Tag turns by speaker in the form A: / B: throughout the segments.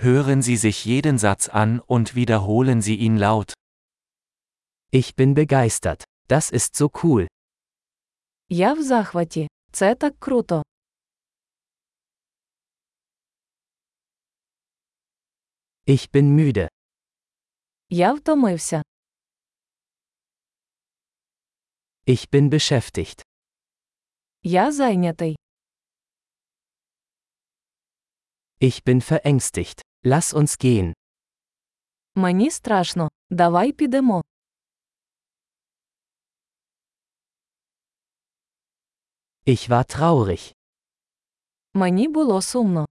A: Hören Sie sich jeden Satz an und wiederholen Sie ihn laut.
B: Ich bin begeistert. Das ist so cool.
C: Я в захваті. Це так круто.
B: Ich bin müde.
C: Я втомився.
B: Ich bin beschäftigt.
C: Я зайнятий.
B: Ich bin verängstigt. Lass uns gehen.
C: Мені страшно. Давай підемо.
B: Ich war traurig.
C: Мені було сумно.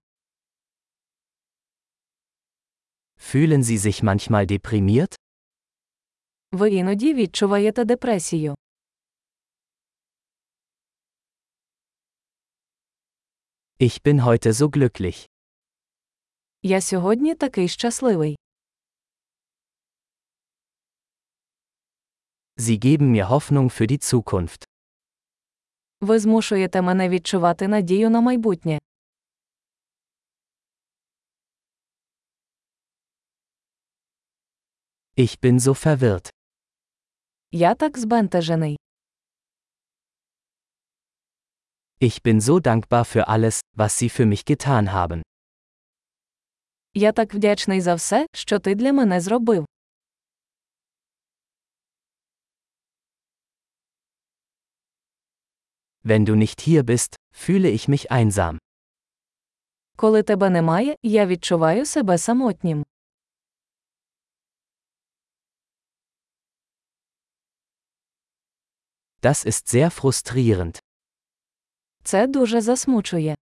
B: Fühlen Sie sich manchmal deprimiert?
C: Ви іноді відчуваєте депресію.
B: Ich bin heute so glücklich.
C: Я сьогодні такий щасливий.
B: Sie geben mir Hoffnung für die Zukunft.
C: Ви змушуєте мене відчувати надію на майбутнє.
B: Ich bin so verwirrt.
C: Я так збентежений.
B: Ich bin so dankbar für alles, was Sie für mich getan haben.
C: Я так вдячний за все, що ти для мене зробив.
B: Wenn du nicht hier bist, fühle ich mich einsam.
C: Коли тебе немає, я відчуваю себе самотнім.
B: Das ist sehr frustrierend.
C: Це дуже засмучує.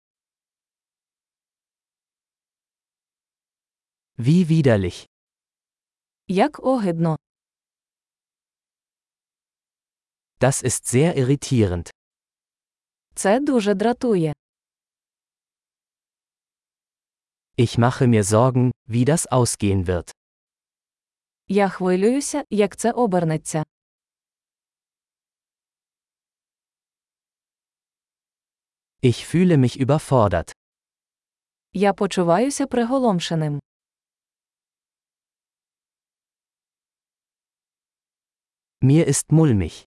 B: Wie widerlich.
C: Як огидно.
B: Das ist sehr irritierend.
C: Це дуже дратує.
B: Ich mache mir Sorgen, wie das ausgehen wird.
C: Я хвилююся, як це обернеться.
B: Ich fühle mich überfordert.
C: Я почуваюся приголомшеним.
B: Mir ist mulmig.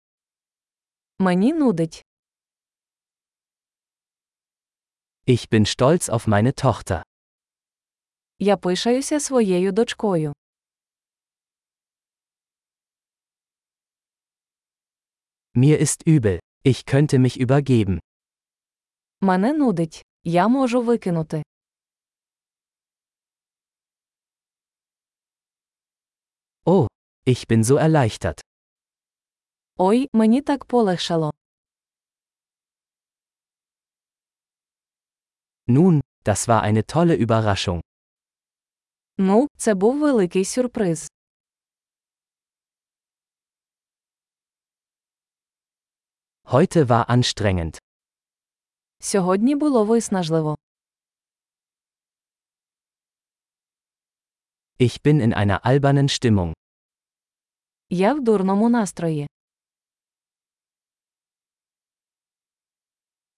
C: Мені нудить.
B: Ich bin stolz auf meine Tochter.
C: Я пишаюся своєю дочкою.
B: Mir ist übel. Ich könnte mich übergeben.
C: Мене нудить. Я можу викинути.
B: Oh, ich bin so erleichtert.
C: Ой, мені так полегшало.
B: Nun, das war eine tolle Überraschung.
C: Ну, це був великий сюрприз.
B: Heute war anstrengend.
C: Сьогодні було виснажливо.
B: Ich bin in einer albernen Stimmung.
C: Я в дурному настрої.